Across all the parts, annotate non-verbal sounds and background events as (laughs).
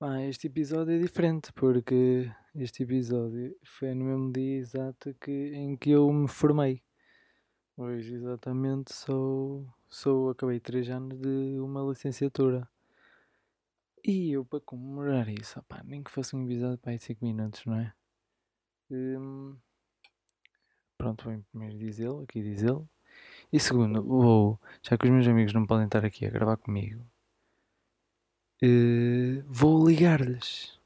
ah, um este episódio é diferente, porque este episódio foi no mesmo dia exato que, em que eu me formei. Hoje, exatamente, sou, sou acabei 3 anos de uma licenciatura. E eu, para comemorar isso, opá, nem que fosse um episódio para aí 5 minutos, não é? Hum, pronto, vou primeiro dizê-lo, aqui dizê-lo. E segundo, vou, já que os meus amigos não podem estar aqui a gravar comigo, eh, vou ligar-lhes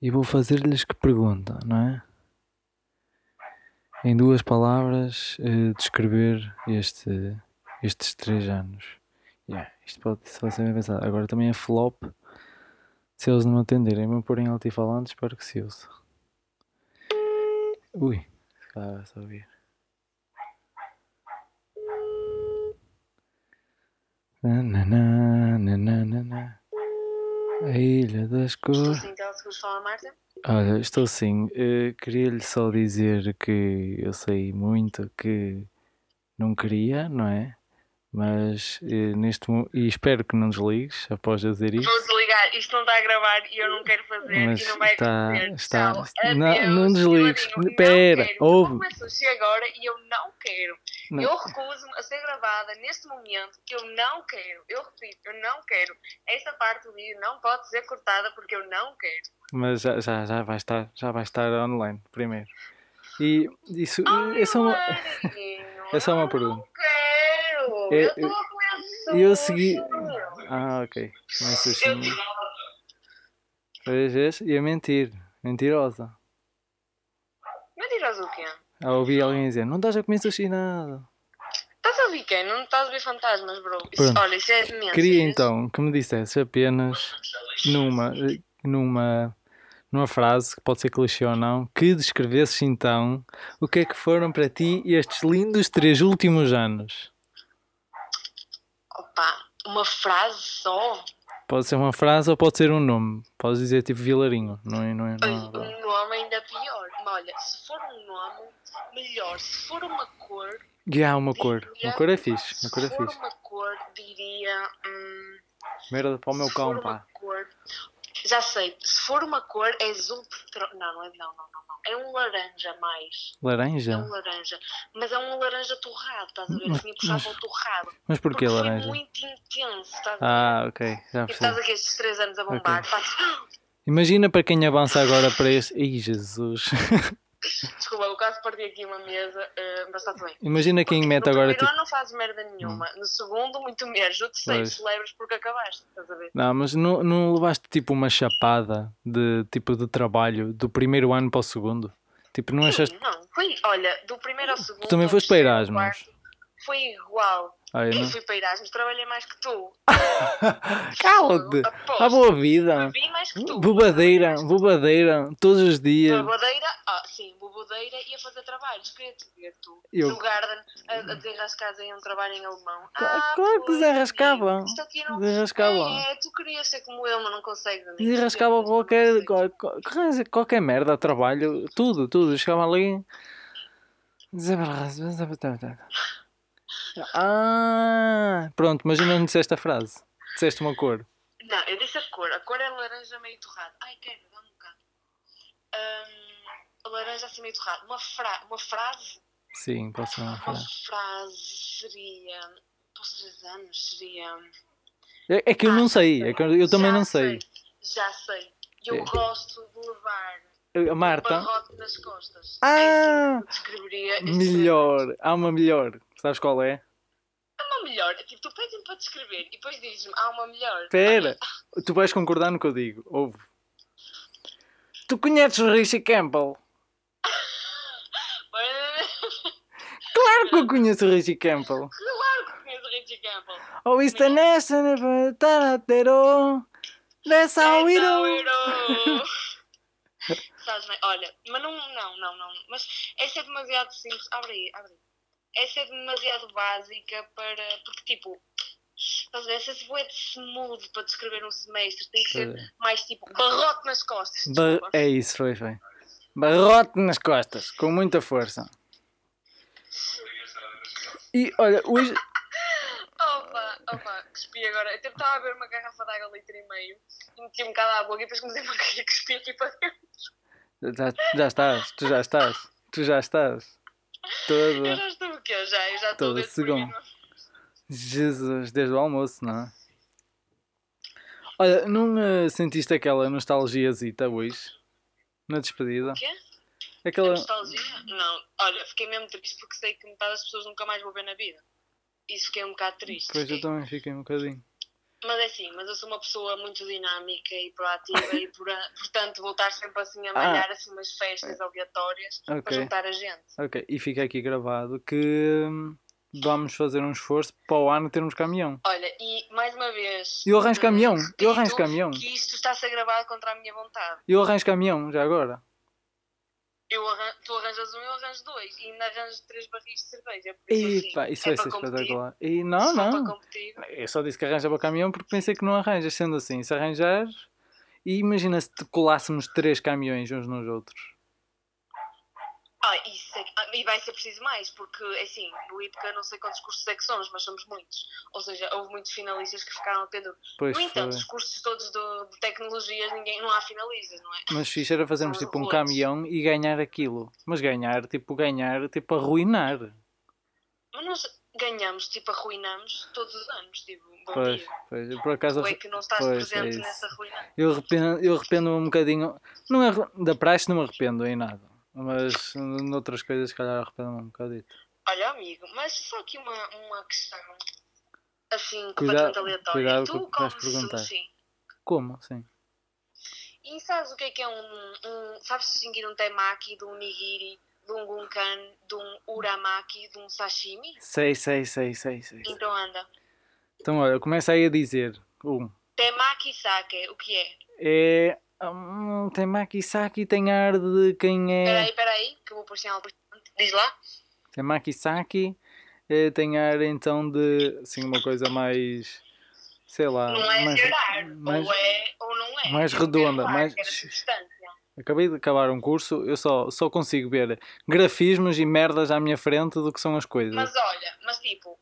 e vou fazer-lhes que pergunta, não é? Em duas palavras, eh, descrever este, estes três anos. Yeah, isto pode só ser bem pensado. Agora também é flop. Se eles não me atenderem, me porem altifalante, espero que se ouça. Ui, se calhar vai só ouvir. Nananã, nananã. A Ilha das Estou Cores. sim, telesegundos falar a Marta. Olha, estou sim. Eh, Queria-lhe só dizer que eu sei muito que não queria, não é? Mas eh, neste momento. E espero que não desligues após eu dizer isto. Vou desligar, isto não está a gravar e eu não quero fazer Mas e não vai está- acontecer. está- Tchau, não- adeus, não desligues. eu digo, não Pera, quero. Então ouve. Tu começaste agora e eu não quero. Não. Eu recuso-me a ser gravada neste momento que eu não quero. Eu repito, eu não quero. Esta parte do vídeo não pode ser cortada porque eu não quero. Mas já, já, já, vai estar, já vai estar online primeiro. E isso Ai, é só uma. Marinho, (laughs) é só uma eu pergunta. Não quero. É, eu estou a comer sushi. E eu segui. Ah, ok. Não sei se. Eu digo, Três vezes e a mentir. Mentirosa. mentiroso o quê? Ah, ouvi alguém dizer: não estás a comer sushi nada. Estás a ouvir quem? Não estás a ouvir fantasmas, bro. Isso- Pronto. olha, isso é demência. Queria então que me dissesse apenas numa, eh, numa, numa frase, que pode ser clichê ou não, que descrevesses então o que é que foram para ti estes lindos três últimos anos. Opa, uma frase só? Pode ser uma frase ou pode ser um nome. Podes dizer tipo Vilarinho, não é? Não é Ai, não, é- um nome ainda pior. Mas Olha, se for um nome, melhor. Se for uma cor, E há uma cor. Uma cor é fixe. se Uma cor é for fixe. uma cor, diria. hum, Merda para o meu se cão, for uma pá. cor, já sei, se for uma cor, é azul petro... Não, não é, não, não, não, não. É um laranja mais. É um Laranja? laranja. Mas é um laranja torrado, estás a ver? Mas- Assim, puxado mas- ao torrado. Mas porquê foi laranja? muito intenso, estás a ver? Ah, ok. Já E estás percebi. aqui estes três anos a bombar. (laughs) Ok. fazes- Imagina para quem avança agora para este. Ih, Jesus. (laughs) Desculpa, eu quase perdi aqui uma mesa, eh, mas está tudo bem. Imagina quem Porque mete no agora primeiro tipo. Hum. ano não fazes merda nenhuma. No segundo, muito menos. No terceiro, Pois. celebras porque acabaste. Estás a ver? Não, mas não, não levaste tipo uma chapada de tipo de trabalho do primeiro ano para o segundo? Tipo, não achaste. Sim, não. Foi, olha, do primeiro ao segundo. também ao foste para terceiro, ao Erasmus. quarto, Foi igual. Ai, Eu não? fui para Erasmus, trabalhei mais que (laughs) tu. Cala-te! Aposto. A Ah, boa vida! Bebi mais que tu. Bobadeira, bobadeira, todos os dias. Bobadeira, ah, sim, bobadeira ia fazer trabalhos, queria-te ver tu. Eu- No Garden, a, a desenrascar em um trabalho em alemão. Claro- ah, claro que pois, desenrascava. amigo, Isto aqui não Desrascava. É, tu querias ser como eu, mas não consegues. amigo. Desrascava Não qualquer, consegues. qual- qual- qualquer, qualquer merda, trabalho, tudo, tudo. Chegava ali. Ah, pronto, mas ainda não disseste a frase. Disseste uma cor. Não, eu disse a cor. A cor é laranja meio torrado. Ai, quero, dá-me um bocado. Hum, laranja assim meio torrado. Uma, fra uma frase? Sim, posso ser uma Uma frase. frase seria... Posso dizer anos? Seria... hum, É, é que eu não sei, é que eu eu também Já não sei. Já sei. Eu É. gosto de levar A Marta, um barrote nas costas. Ah! É assim que eu descreveria este melhor, há uma melhor. Sabes qual é? Há uma melhor. Tipo, tu pedes-me para descrever e depois dizes-me, há uma melhor. (laughs) Espera, tu vais concordar no que eu digo. Ouve. Tu conheces o Richie Campbell? (laughs) Claro que eu conheço o Richie Campbell. Claro que conheço Richie Campbell. Ou isto é nessa, taratero, dessa Então, oiro. Euro. Sabes bem, olha, mas não, não, não, não. Mas essa é demasiado simples. Abre aí, abre aí. Essa é demasiado básica para. Porque, tipo, estás a ver? Essa é de smooth para descrever um semestre. Tem que ser mais tipo barrote nas costas. Ba- desculpa. É isso, foi, foi. Barrote nas costas, com muita força. E olha, hoje. Opa, opa, cuspi agora. Eu tipo, estava a beber uma garrafa de água litro e meio meti um bocado à boca e depois comecei a (laughs) querer cuspir tipo, aqui para dentro. Já, já estás, tu já estás, tu já estás. Eu Toda. já estou o quê? Eu já, eu já estou Toda desse programa. Jesus, desde o almoço, não é? Olha, não eh, sentiste aquela nostalgiazita hoje? Na despedida? Quê? Aquela. Nostalgia? Não, olha, fiquei mesmo triste porque sei que metade das pessoas nunca mais vou ver na vida. Isso fiquei um bocado triste. Pois eu sim. também fiquei um bocadinho. Mas é assim, mas eu sou uma pessoa muito dinâmica (laughs) e proativa e por- portanto vou estar sempre assim a malhar assim umas festas obrigatórias para Ah. É. Ok, juntar a gente. ok. E fica aqui gravado que hum, vamos fazer um esforço para o ano termos caminhão. Olha, e mais uma vez. Eu arranjo eh, caminhão, eu repito arranjo caminhão. Que isto está-se a gravar contra a minha vontade. Eu arranjo caminhão, já agora. Eu arran... Tu arranjas um, eu arranjo dois. E ainda arranjo três barris de cerveja. Por isso, E assim, pá, isso é vai ser para competir. espetacular. E Se não, for para não. competir, Eu só disse que arranjava o caminhão porque pensei que não arranjas, sendo assim, se arranjar. E imagina se te colássemos três caminhões uns nos outros. Ah, isso é que- ah, e vai ser preciso mais, porque assim, no IPCA não sei quantos cursos é que somos, mas somos muitos. Ou seja, houve muitos finalistas que ficaram a pendura. Pois No foi. entanto, os cursos todos do- de tecnologias, ninguém, não há finalistas, não é? Mas fixe era fazermos São os tipo um rolos. caminhão e ganhar aquilo. Mas ganhar, tipo, ganhar, tipo, arruinar. Mas nós ganhamos, tipo, arruinamos todos os anos, tipo, bom Pois, dia. pois. Eu por acaso. Tu é que não estás pois, é presente isso. nessa ruína. Eu arrependo, eu arrependo um bocadinho. Não é, da praxe não me arrependo em nada. Mas noutras coisas, se calhar, arrependo-me um bocadito. Olha, amigo, mas só aqui uma, uma questão assim, Cuidado- completamente aleatória. cuidado com o tu que vais comes perguntar. sushi? Como? Sim. E sabes o que é que é um. um sabes distinguir um temaki de um nigiri, de um gunkan, de um uramaki, de um sashimi? Sei, sei, sei, sei, sei. sei. Então anda. Então, olha, começa aí a dizer. Um. Temaki sake, o que é? É. Hum, tem Makisaki, tem ar de quem é. Peraí, peraí, que eu vou pôr sinal de Diz lá. Tem Makisaki, eh, tem ar então de. Assim, uma coisa mais. Sei lá. não é mais, gerar. mais- ou é ou não é. Ah, mais Eu quero redonda, falar, mais- quero substância. Acabei de acabar um curso, eu só, só consigo ver grafismos e merdas à minha frente do que são as coisas. Mas olha, mas tipo,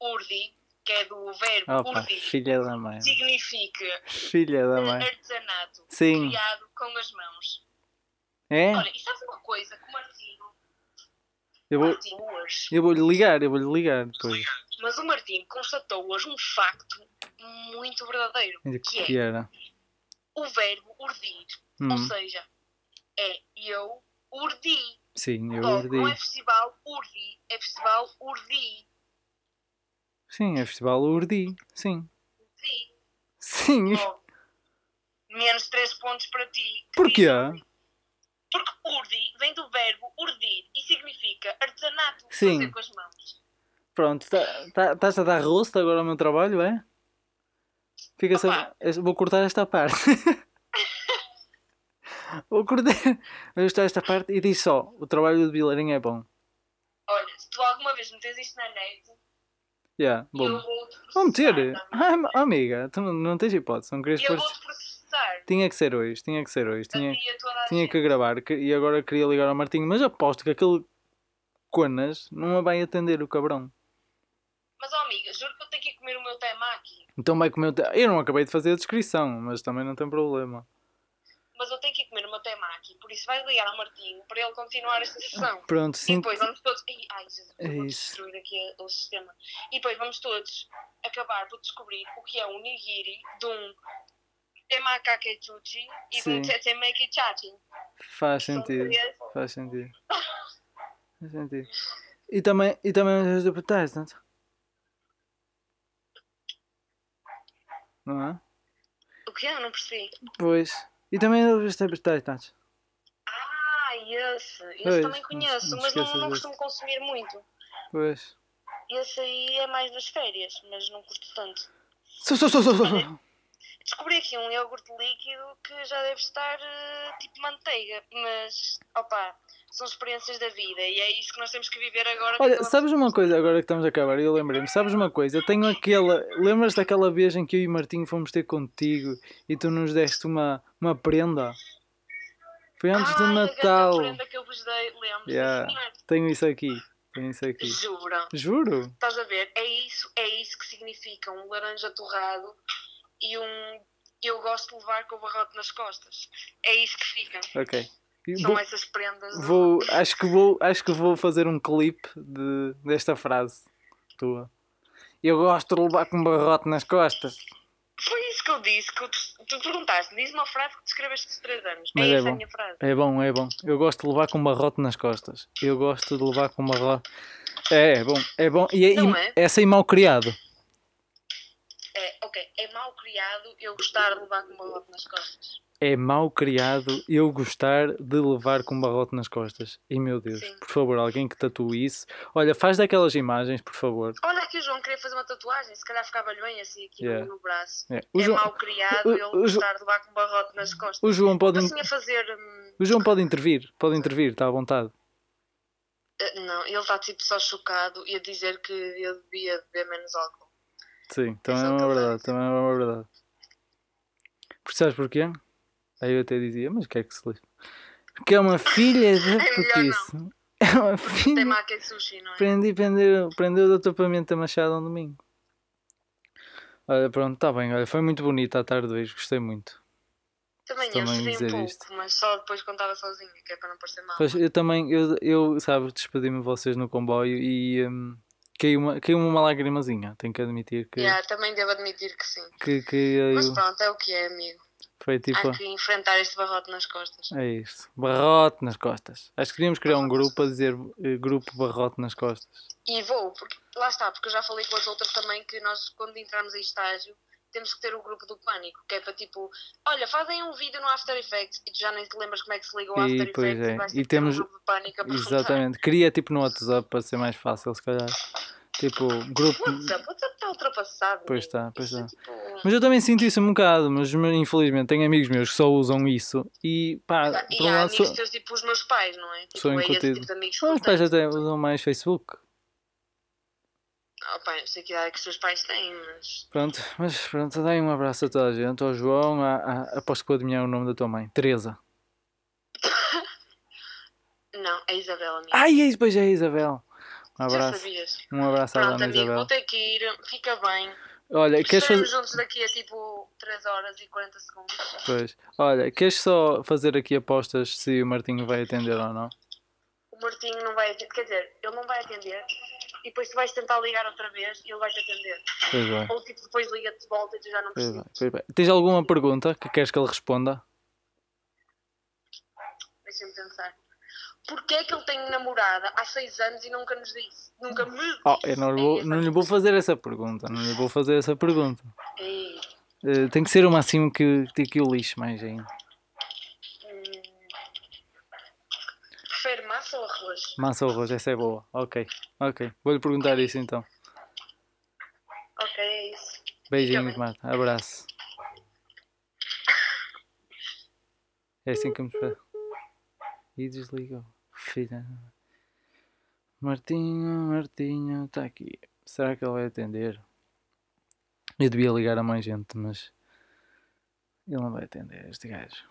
urdi, que é do verbo Opa, urdi, filha da mãe. significa Filha da mãe. artesanato Sim. criado com as mãos. É? Olha, e sabes uma coisa? assim Que o Martinho, Eu vou, Martinho hoje, eu vou lhe ligar, eu vou lhe ligar depois. Mas o Martim constatou hoje um facto muito verdadeiro, O que que é era? o verbo urdir, ou Hum, seja, é eu urdi. sim, eu Logo, não é urdi. festival urdi, é festival urdi. Sim, é festival urdi. Sim. Sim. Sim. Logo, menos 3 pontos para ti. que Porquê? diz- Porque urdi vem do verbo urdir e significa artesanato, Sim. fazer com as mãos. Pronto, tá- tá- estás a dar rosto agora ao meu trabalho, é? Fica só- Opa. es- Vou cortar esta parte. (laughs) vou cortar. Vou cortar esta parte e diz só: o trabalho de Bilarinho é bom. Olha, se tu alguma vez metes isto na net, Yeah, bom. eu vou-te processar. Vou meter. tá bem? (laughs) Ah, am- amiga, tu não, não tens hipótese, não querias Eu pôr. vou-te processar. Tinha que ser hoje, tinha que ser hoje. Tinha, Sabia toda a tinha gente. que gravar que- e agora queria ligar ao Martinho, mas aposto que aquele conas não a vai atender, o cabrão. Mas, ó, amiga, juro que eu tenho que ir comer o meu temaki. Então vai comer o. te- Eu não acabei de fazer a descrição, mas também não tem problema. Mas eu tenho que ir comer o meu temaki. Por isso, vais ligar ao Martinho para ele continuar esta sessão. Pronto, E sim. depois vamos todos. Ai, ai Jesus, É eu vou isso. destruir aqui o sistema. E depois vamos todos acabar por descobrir o que é um nigiri de um temaka kechuchi e de Sim. um tetemeki chachi. Faz São sentido. três. Faz sentido. Faz sentido. E também, e também os deputados, não é? Não é? O que é? Eu não percebi. Pois. E também os deputados, não é? Ah, esse. Esse Pois, também não- conheço, não mas não, esqueças não desse. costumo consumir muito. Pois. Esse aí é mais nas férias, mas não curto tanto. Sou, sou, sou, sou, sou. sou. Descobri aqui um iogurte líquido que já deve estar eh, tipo manteiga, mas opa, são experiências da vida e é isso que nós temos que viver agora. que Olha, acabamos- sabes uma coisa, agora que estamos a acabar, eu lembrei-me, sabes uma coisa, eu tenho aquela, lembras daquela vez em que eu e Martinho fomos ter contigo e tu nos deste uma, uma prenda? Foi antes do Ai, a Natal. grande prenda que eu vos dei, lembro. Yeah. Tenho isso aqui, tenho isso aqui. Juro, Juro. estás a ver? É isso, é isso que significa um laranja torrado e um eu gosto de levar com o barrote nas costas. É isso que fica. Ok. E São vou- essas prendas. do- Vou, acho que vou, acho que vou fazer um clipe de, desta frase tua. Eu gosto de levar com um barrote nas costas. Foi isso que eu disse, que eu te- tu perguntaste, diz uma frase que descreveste de 3 anos. Mas é é essa a bom. minha frase. É bom, é bom. Eu gosto de levar com um barrote nas costas. Eu gosto de levar com um barrote. É, é bom, é bom. E é, Não e- é? essa e mal criado. É, ok, é mal criado eu gostar de levar com o barrote nas costas. É mal criado eu gostar de levar com um barrote nas costas. E meu Deus, Sim. por favor, alguém que tatue isso. Olha, faz daquelas imagens, por favor. Olha aqui o João queria fazer uma tatuagem, se calhar ficava-lhe bem assim aqui no- Yeah. no, braço. É, O, é João, mal criado o- ele o Jo- gostar de levar com o barrote nas costas. o João pode, Mas in- assim a fazer. hum, o João pode intervir, pode intervir, está à vontade. eh, não, ele está tipo só chocado e a dizer que eu devia beber menos álcool. Sim, também é só o que uma ele verdade, também é uma verdade. Porque sabes porquê? Aí eu até dizia, mas quer que se lixe. Porque é uma filha da (laughs) melhor putice. É uma Tem filha. maca de sushi, não é? Prendi, prendeu, prendeu do atopamento da Machado um domingo. Olha, pronto, está bem. Olha, foi muito bonita a tarde de hoje, gostei muito. Também eu também cedi um dizer pouco, isto. mas só depois contava sozinho, que é para não parecer mal. Pois, eu também, eu, eu sabes, despedi-me de vocês no comboio e hum, caiu, uma, caiu uma lagrimazinha. Tenho que admitir que, Yeah, também devo admitir que sim. que, que eu- Mas pronto, é o que é, amigo. foi tipo. Há que enfrentar este barrote nas costas. É isso. Barrote nas costas. Acho que devíamos criar um grupo a dizer eh, grupo barrote nas costas. E vou, porque lá está, porque eu já falei com as outras também que nós, quando entramos em estágio, temos que ter o grupo do pânico, que é para tipo, olha, fazem um vídeo no After Effects e tu já nem te lembras como é que se liga o E, After pois Effects é. vais E ter que ter temos- um grupo de pânico a perguntar. Exatamente. Cria tipo no WhatsApp para ser mais fácil, se calhar. Tipo, grupo. WhatsApp, WhatsApp está tá ultrapassado. Pois amigo. está, pois Isso é está. tipo- Mas eu também sinto isso um bocado, mas me- infelizmente tenho amigos meus que só usam isso e pá, por E um há lado amigos sou- teus tipo os meus pais, não é? Tipo, sou é esse incutido. tipo de amigos que os eu meus tenho. pais até usam mais Facebook. Ah, pá, eu sei que idade que os teus pais têm, mas. Pronto, (laughs) mas pronto, dei um abraço a toda a gente, ao João, à, à- aposto que vou adivinhar o nome da tua mãe, Teresa. Não, é Isabel, amigo. Ai, eis, pois é, a Isabel. Um Já abraço, sabias. um abraço à Pronto, dona amigo, Isabel. vou ter que ir. Fica bem. Olha, É, queres fazer. Estaremos juntos daqui a tipo 3 horas e 40 segundos. Pois. Olha, queres só fazer aqui apostas se o Martinho vai atender ou não? O Martinho não vai atender. Quer dizer, ele não vai atender. E depois tu vais tentar ligar outra vez e ele vai te atender. Pois bem. Ou tipo, depois liga-te de volta e tu já não Pois é. precisas. bem, pois bem. Tens alguma pergunta que queres que ele responda? Deixa-me pensar. Porquê é que ele tem namorada há 6 anos e nunca nos disse? Nunca me disse. Oh, eu não, lhe vou, É não lhe vou fazer essa pergunta. Não lhe vou fazer essa pergunta. Ei, Eh, tem que ser uma assim que, que, que o lixo mais ainda. hum. Prefere massa ou arroz? Massa ou arroz, essa é boa. Ok, ok. Vou-lhe perguntar isso então. Ok, é isso. Beijinhos, Marta. Abraço. É assim que me faz. E desligou. Filha. Martinho, Martinho, está aqui. Será que ele vai atender? Eu devia ligar a mais gente, mas. Ele não vai atender, este gajo.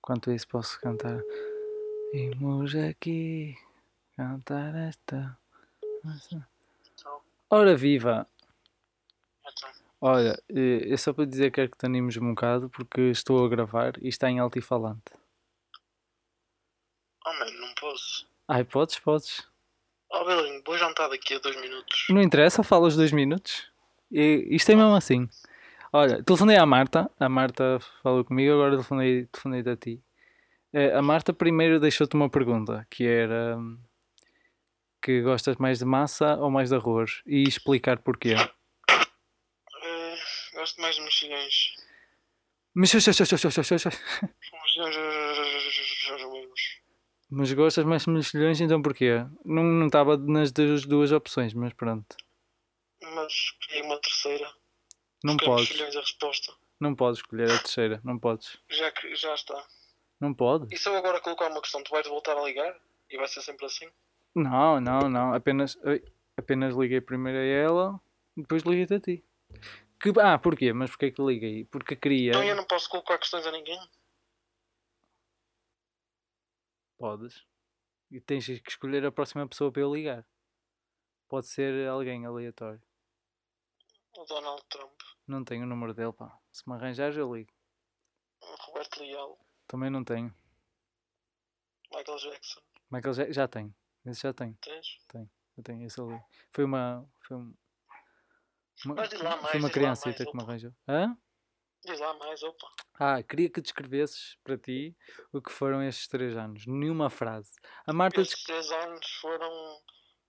Quanto a isso, posso cantar. Vimos aqui cantar esta. nossa- Ora viva! Então, Olha, eh, é só para dizer que quero que te animes um bocado porque estou a gravar e está em altifalante. Oh, mano, não posso. Ai, podes, podes. Oh, Belinho, vou jantar daqui a dois minutos. Não interessa, fala os dois minutos. E, isto é mesmo assim. Olha, telefonei à Marta, a Marta falou comigo, agora telefonei, telefonei a ti. Eh, A Marta primeiro deixou-te uma pergunta, que era hum, que gostas mais de massa ou mais de arroz? E explicar porquê. Eh, gosto mais de mexilhões. Mas, xô, xô, xô, xô, xô, xô, xô. Mexilhões. mas gostas mais de mexilhões, então porquê? Não não estava nas das duas opções, mas pronto. Mas escolhi uma terceira. Não Porque é podes, Mexilhões a resposta. não podes escolher a terceira, não podes. Já, que, já está. Não podes? E se eu agora colocar uma questão, tu vais voltar a ligar? E vai ser sempre assim? Não, não, não. Apenas, ai, apenas liguei primeiro a ela, depois liguei-te a ti. Que, ah, porquê? Mas porquê que liguei? Porque queria. Então eu não posso colocar questões a ninguém? Podes. E tens que escolher a próxima pessoa para eu ligar. Pode ser alguém aleatório. Ah, O Donald Trump. Não tenho o número dele, pá. Se me arranjares, eu ligo. O Roberto Leal. Também não tenho. Michael Jackson. Michael ja é? já tenho. Esse já tenho. Tens? Eu tenho esse ali. Foi uma. Foi, um- uma, Mas diz lá foi mais, uma diz lá criancita mais, que me opa. arranjou. Hã? Diz lá mais, opa. Ah, queria que descrevesses para ti o que foram estes três anos. Nenhuma frase. A Marta. Estes desc- 3 anos foram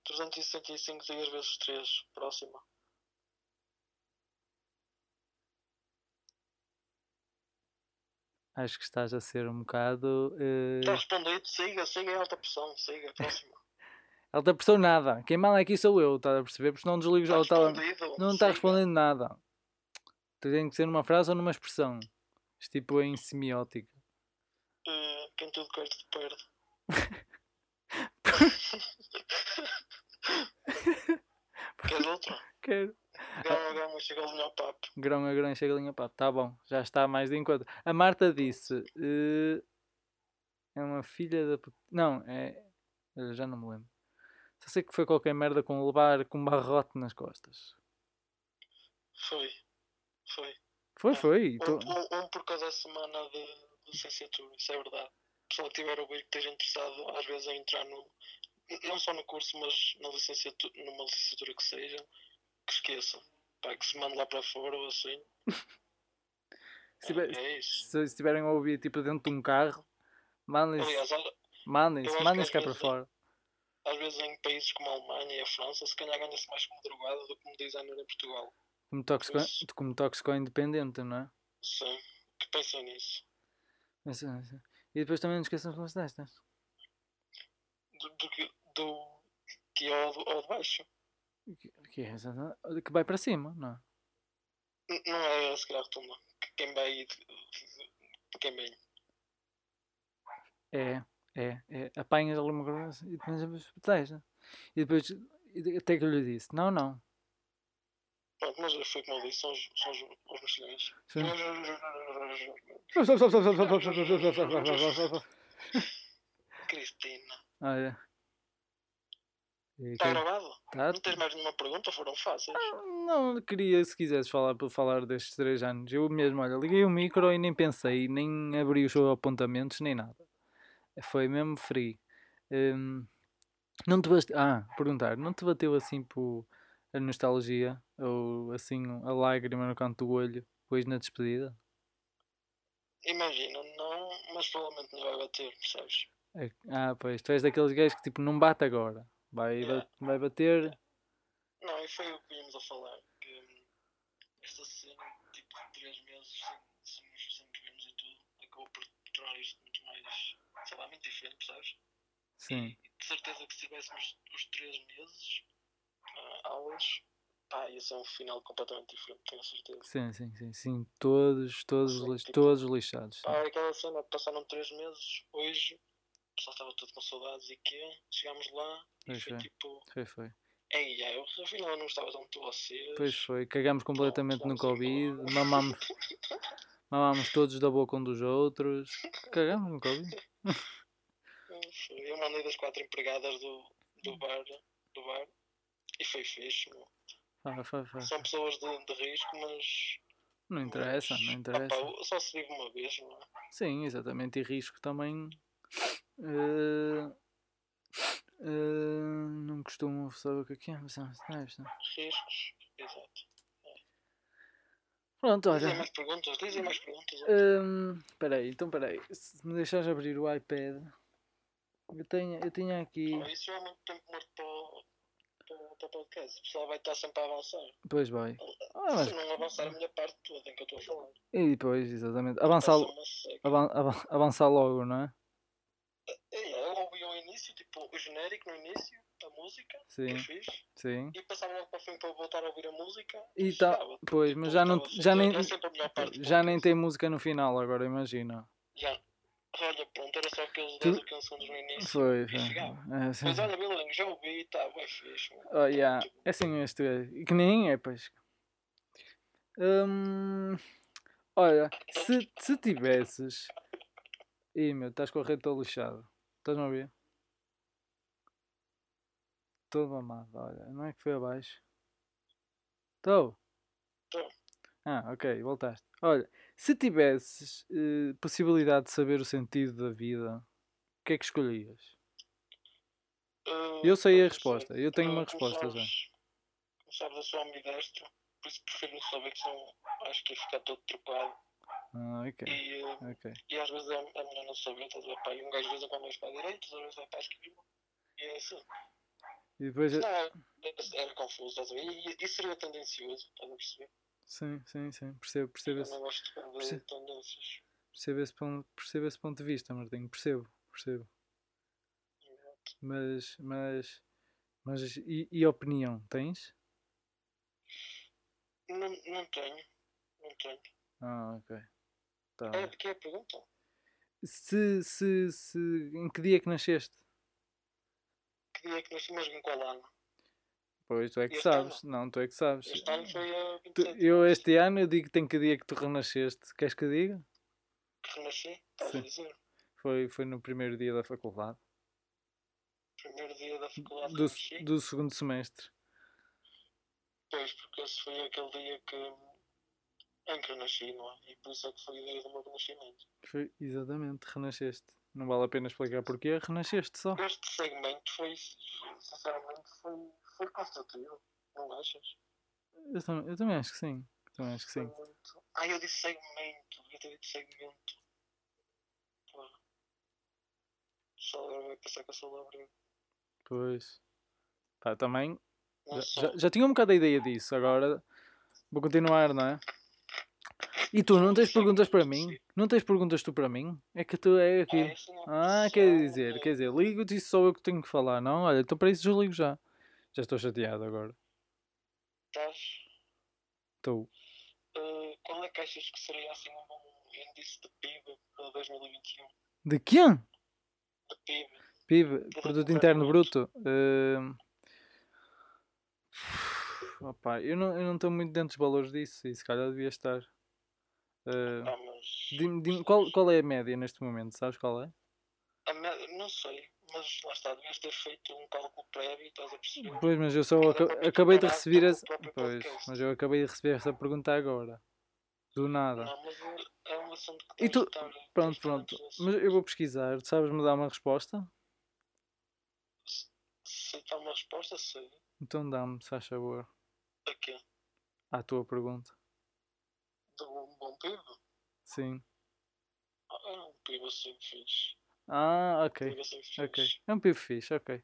365 dias vezes 3. Próxima. Acho que estás a ser um bocado. eh, Está respondido. Siga, siga em alta pressão. (laughs) Siga, próxima. Ela está pressão nada. Quem mal aqui sou eu, estás a perceber? Porque senão desligo já Está o tal. respondido. tá- Não está siga. respondendo nada. Tem que ser numa frase ou numa expressão. Isto tipo é em semiótica. Eh, quem tudo quer te perde. (laughs) (laughs) (laughs) Queres outro? Quero. Gama, gama, chega ali ao papo. Grão a grão chega a linha pá. Tá bom, já está mais de encontro. A Marta disse. eh, é uma filha da. put- Não, é. eu Já não me lembro. Só sei que foi qualquer merda com levar com um barrote nas costas. Foi. Foi. Foi, foi. e Um, tô- um, um por cada semana de de licenciatura, isso é verdade. O pessoal que tiver ouvido que esteja interessado, às vezes, a entrar no. Não só no curso, mas na licenciatura, numa licenciatura que seja, que esqueçam. Pá, que se mande lá para fora ou assim. Se tiver- É, é isso. se estiverem a ouvir tipo dentro de um carro, mandem-se. Aliás, a- Eu acho Mandem-se, que é mandem-se às cá para vezes- fora. às vezes em países como a Alemanha e a França, se calhar ganha-se mais como drogado do que como designer em Portugal. Como tóxico, Isso. como tóxico independente, não é? Sim, que pensem nisso. Mas, mas- E depois também não é? esqueçam como se destas. Do, do que do que é ao, de- ao de baixo. Que, que é essa, não é? que vai para cima, não é? N- Não é se calhar rotunda. Que Quem vai. de- de- Quem vem. É, é, é. Apanhas alguma coisa assim, e depois desta. né? E depois, e de- até que eu lhe disse: não, não. Pronto, mas foi como eu disse, são os, são os, os mexilhões. Sim. Cristina. Olha. E Está aqui- gravado? tá- Não tens mais nenhuma pergunta? Foram fáceis. Não, queria, se quisesse falar, para falar destes três anos. Eu mesmo, olha, liguei o micro e nem pensei, nem abri os apontamentos, nem nada. Foi mesmo free. Hum, não te bateu... Ah, perguntar, não te bateu assim por a nostalgia? Ou assim, a lágrima no canto do olho, depois na despedida? Imagina, não, mas provavelmente não vai bater, percebes? É- Ah, pois, tu és daqueles gajos que tipo, não bate agora. Vai, Yeah. ba- vai bater... Não, e foi o que íamos a falar. Que hum, esta cena, tipo, de 3 meses sem, sem, sem nos vermos e tudo, acabou por tornar isto muito mais, sei lá, muito diferente, percebes? Sim, E de certeza que se tivéssemos os 3 meses ah, aulas, pá, ia ser um final completamente diferente, tenho a certeza. sim, sim, sim, sim. Todos, todos, Sim, Ah. lix- tipo- todos lixados. sim. Pá, aquela cena, passaram 3 meses, hoje, o pessoal estava todo com saudades e quê? Chegámos lá e Pois foi foi. tipo, Foi, foi. ei, já, eu afinal eu não estava tão com vocês. Pois foi, cagámos completamente no estamos a Covid, falar. mamámos, mamámos todos da boca um dos outros, cagámos no Covid. Eu mandei das quatro empregadas do, Hum. do, bar, do bar e foi fixe. meu. Fá, fá, fá. São pessoas de, de risco, mas. Ah. Não interessa, mas, não interessa. opá, eu só se vive uma vez, não é? Sim, exatamente, e risco também. eh, eh, não costumo saber o que é que é, mas não, não é isto, não. Riscos, exato. Pronto, Dizem olha. mais perguntas, dizem mais perguntas. hum, Espera aí, então espera aí. Se me deixares abrir o iPad, eu tenho, eu tinha aqui. Pá, Isso já é muito tempo morto para o, para, para o podcast. O pessoal vai estar sempre a avançar. Pois vai. Ah, mas- Se não avançar a minha parte toda em que eu estou a falar. vai e depois, exatamente. ser Avançar, uma seca. avan- avan- avançar logo, não é? É, Eu ouvi o início, tipo, o genérico no início, a música, que Sim, eu fiz, sim. e passava logo para o fim para eu voltar a ouvir a música. E tá, chegava. pois, mas já, não, Então, já, nem, é sempre a melhor parte do já nem podcast. tem música no final agora, imagina. Já. Olha, pronto, era só aqueles Tu- 10 canções no início. Foi, e foi. chegava. É, sim. Mas olha, Bilinho, já ouvi e tá, bem fixe. mano. Oh, yeah. Tipo, É assim este gajo. E Que nem é, pois. Hum, olha, se, se tivesses. Ih, meu, estás com a rede toda lixada. Estás-me a ouvir? Todo mamado, olha. Não é que foi abaixo? Estou. Ah, ok, voltaste. Olha, se tivesses eh, possibilidade de saber o sentido da vida, o que é que escolhias? Ah, Eu sei é a não resposta, eu tenho Ah, uma como resposta já. sabes- Como sabes, eu sou ambidestro, por isso prefiro não saber que senão acho que ia ficar todo trocado. Ah, ok, E, ah, ok. e às vezes é, é melhor não saber, estás a ver? Pá, e um gajo às vezes vai mais para a direita, às vezes vai para a esquerda. E é assim. E depois. eh, Não, era, era confuso, estás a ver? E, e isso seria tendencioso, estás a perceber? Sim, sim, sim. Percebo, percebo, Eu esse, não gosto de perce- perder tendências. percebo, esse ponto, percebo esse ponto de vista, Martinho. Percebo, percebo. Mas. Mas. Mas. E, e opinião? Tens? Não, não tenho. Não tenho. Ah, ok. Tá. É de que é a pergunta? Se, se, se. Em que dia é que nasceste? Que dia é que nasci mesmo? Qual ano? Pois, tu é que Este ano? sabes. Não, tu é que sabes. Este ano foi a Tu- 27 eu este ano eu digo que tem que dia que tu renasceste. Queres que eu diga? que renasci. Estás a Sim. dizer? Foi, foi no primeiro dia da faculdade. Primeiro dia da faculdade Do, renasci. do segundo semestre. Pois, porque esse foi aquele dia que, em que eu nasci, não é? E por isso é que foi o dia do meu nascimento. Foi, exatamente, renasceste. Não vale a pena explicar porquê, renasceste só. Este segmento foi, sinceramente, foi, foi construtivo, não achas? Eu, tam- eu também acho que sim. Também acho que Foi sim. muito. Ah, eu disse segmento, eu te dito segmento. Pá. Só agora vai pensar que eu sou labrego. Pois. Pá, também. Não Já, sou. já, já tinha um bocado a ideia disso, agora vou continuar, não é? E tu, não tens perguntas para mim? Não tens perguntas tu para mim? É que tu é Ah, aquilo. isso não é Ah, preciso, quer dizer, é. quer dizer, ligo-te e sou eu que tenho que falar, não? Olha, então para isso desligo já. Já estou chateado agora. Estás? Estou. Ah, qual é que achas que seria assim um bom índice de PIB para 2021? De quem? De PIB? PIB, Produto Interno Bruto. ehm, opá, eu não eu não estou muito dentro dos valores disso e se calhar devia estar. Eh, Ah, mas. Dim, dim- qual, qual é a média neste momento? Sabes qual é? A me- Não sei, mas lá está, devias ter feito um cálculo prévio, estás a perceber? Pois, mas eu só Cada aca- parte acabei de separada receber tem é o essa. próprio Pois, podcast. mas eu acabei de receber essa pergunta agora. Do nada. Não, mas é- é um assunto que E tens tu- de estar- tens Pronto, de estar pronto. antes disso. Mas eu vou pesquisar. Tu sabes me dar uma resposta? Se está uma resposta, sei. Então dá-me, se faz favor, A quê? à tua pergunta. De um bom PIB? Sim. Ah, é um PIB assim fixe. Ah, Um ok. PIB assim fixe. Ok. É um PIB fixe, ok.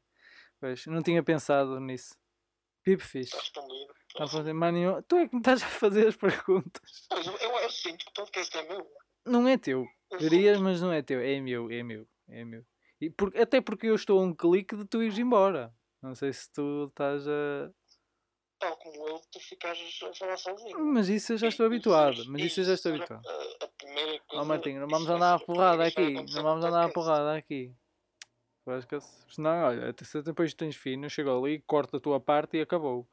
Pois, não tinha pensado nisso. PIB fixe. Está respondido. Não fazer mais nenhum. Tu é que me estás a fazer as perguntas. Pois, eu, eu, eu sinto que o podcast é meu. Não é teu. Eu Verias, sinto. mas não é teu. É meu, é meu, é meu. E por- até porque eu estou a um clique de tu ires embora. Não sei se tu estás a. Tal como eu, tu ficares a falar sozinho. Mas isso Hum, eu já E- estou e habituado. isso- Mas isso eu já estou era habituado. A, a primeira coisa. Ó Martinho, não isso vamos vai andar à ser a porrada primeira história aqui. que acontecer Não no vamos andar à podcast. porrada aqui. Vais que Senão, olha, até se depois tens fino, chego ali, corto a tua parte e acabou.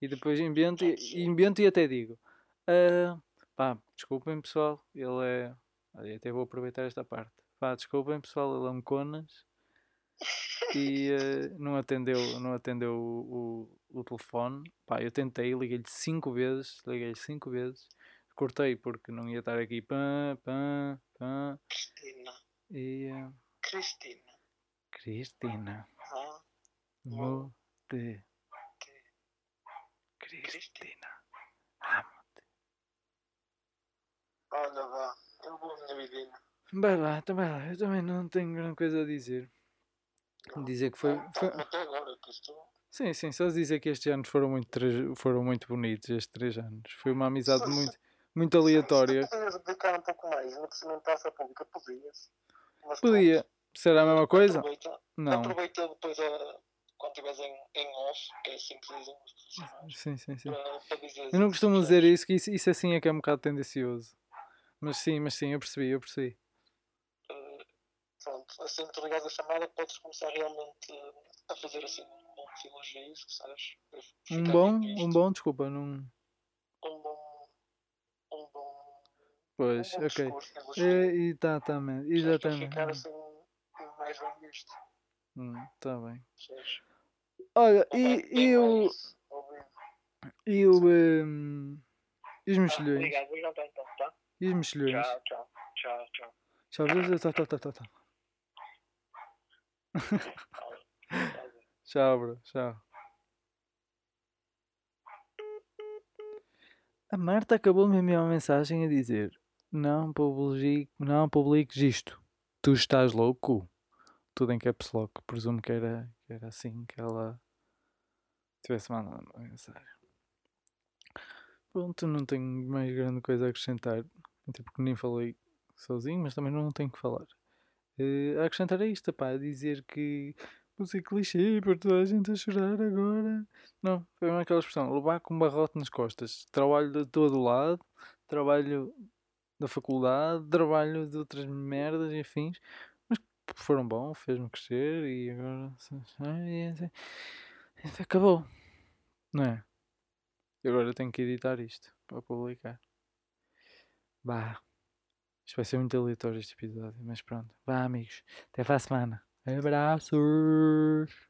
E depois invento e, e invento e até digo. "Ah, pá, desculpem pessoal, ele é. Olha, até vou aproveitar esta parte. Pá, desculpem pessoal, ele é um conas. E eh, não atendeu, não atendeu o, o, o telefone. Pá, eu tentei, liguei-lhe cinco vezes, liguei-lhe cinco vezes. Cortei porque não ia estar aqui. Pã, pã, pã. Cristina. E eh, Cristina. Cristina, Ah, Boa. mute. Cristina, Cristina. amo. olha vá. Eu vou na vidinha. Vai lá, então vai lá. Eu também não tenho grande coisa a dizer. Dizer que foi, Ah, foi- tá, Até agora que estou. Sim, sim, só dizer que estes anos foram muito, tra- foram muito bonitos, estes três anos. Foi uma amizade muito, muito (laughs) aleatória. Podias dedicar um pouco mais, não se não passa pública, podias. Mas Podia. Será a mesma pronto, coisa? Aproveita, Não. aproveita depois a, quando estiveres em, em off, que é assim que dizem os profissionais. Sim, sim, sim. para- para dizeres Eu não isso, costumo percebes? dizer isso, que isso, isso assim é que é um bocado tendencioso. Mas sim, mas sim, eu percebi, eu percebi. Eh, pronto, assim que tu ligares a chamada, podes começar realmente eh, a fazer assim um bom silogismo, sabes? Para Um ficar bom, um bem visto. bom, desculpa, não. Um bom. Um bom. um Pois, bom ok. discurso, elogio, É, exatamente, sabes, para exatamente. ficar assim mais bem visto. Hum, tá bem. percebes? Olha, Não vai e, ter e o. Ah, mais ouvido. E o. hum, E os mexilhões? Obrigado, obrigado então, tá? E os mexilhões? Tchau, tchau, tchau, tchau. Tchau, beleza? Tchau, tchau, tchau, tchau. tchau. (laughs) Tchau, bro. Tchau. A Marta acabou de me enviar uma mensagem a dizer: Não publiques, não publiques isto. Tu estás louco? Tudo em caps lock. Presumo que era, que era assim que ela tivesse mandado uma mensagem. Pronto, não tenho mais grande coisa a acrescentar. Até porque nem falei sozinho, mas também não tenho que falar. Eh, a acrescentar é isto, pá, a dizer que música é clichê para toda a gente a chorar agora. Não, foi mesmo aquela expressão, levar com um barrote nas costas. Trabalho de todo lado, trabalho da faculdade, trabalho de outras merdas e afins, mas foram bom, fez-me crescer e agora ai, ai, ai, assim. acabou. Não é? E agora eu tenho que editar isto para publicar. Bah. Isto vai ser muito aleatório este episódio, mas pronto. Vá, amigos. Até para a semana. Abraços!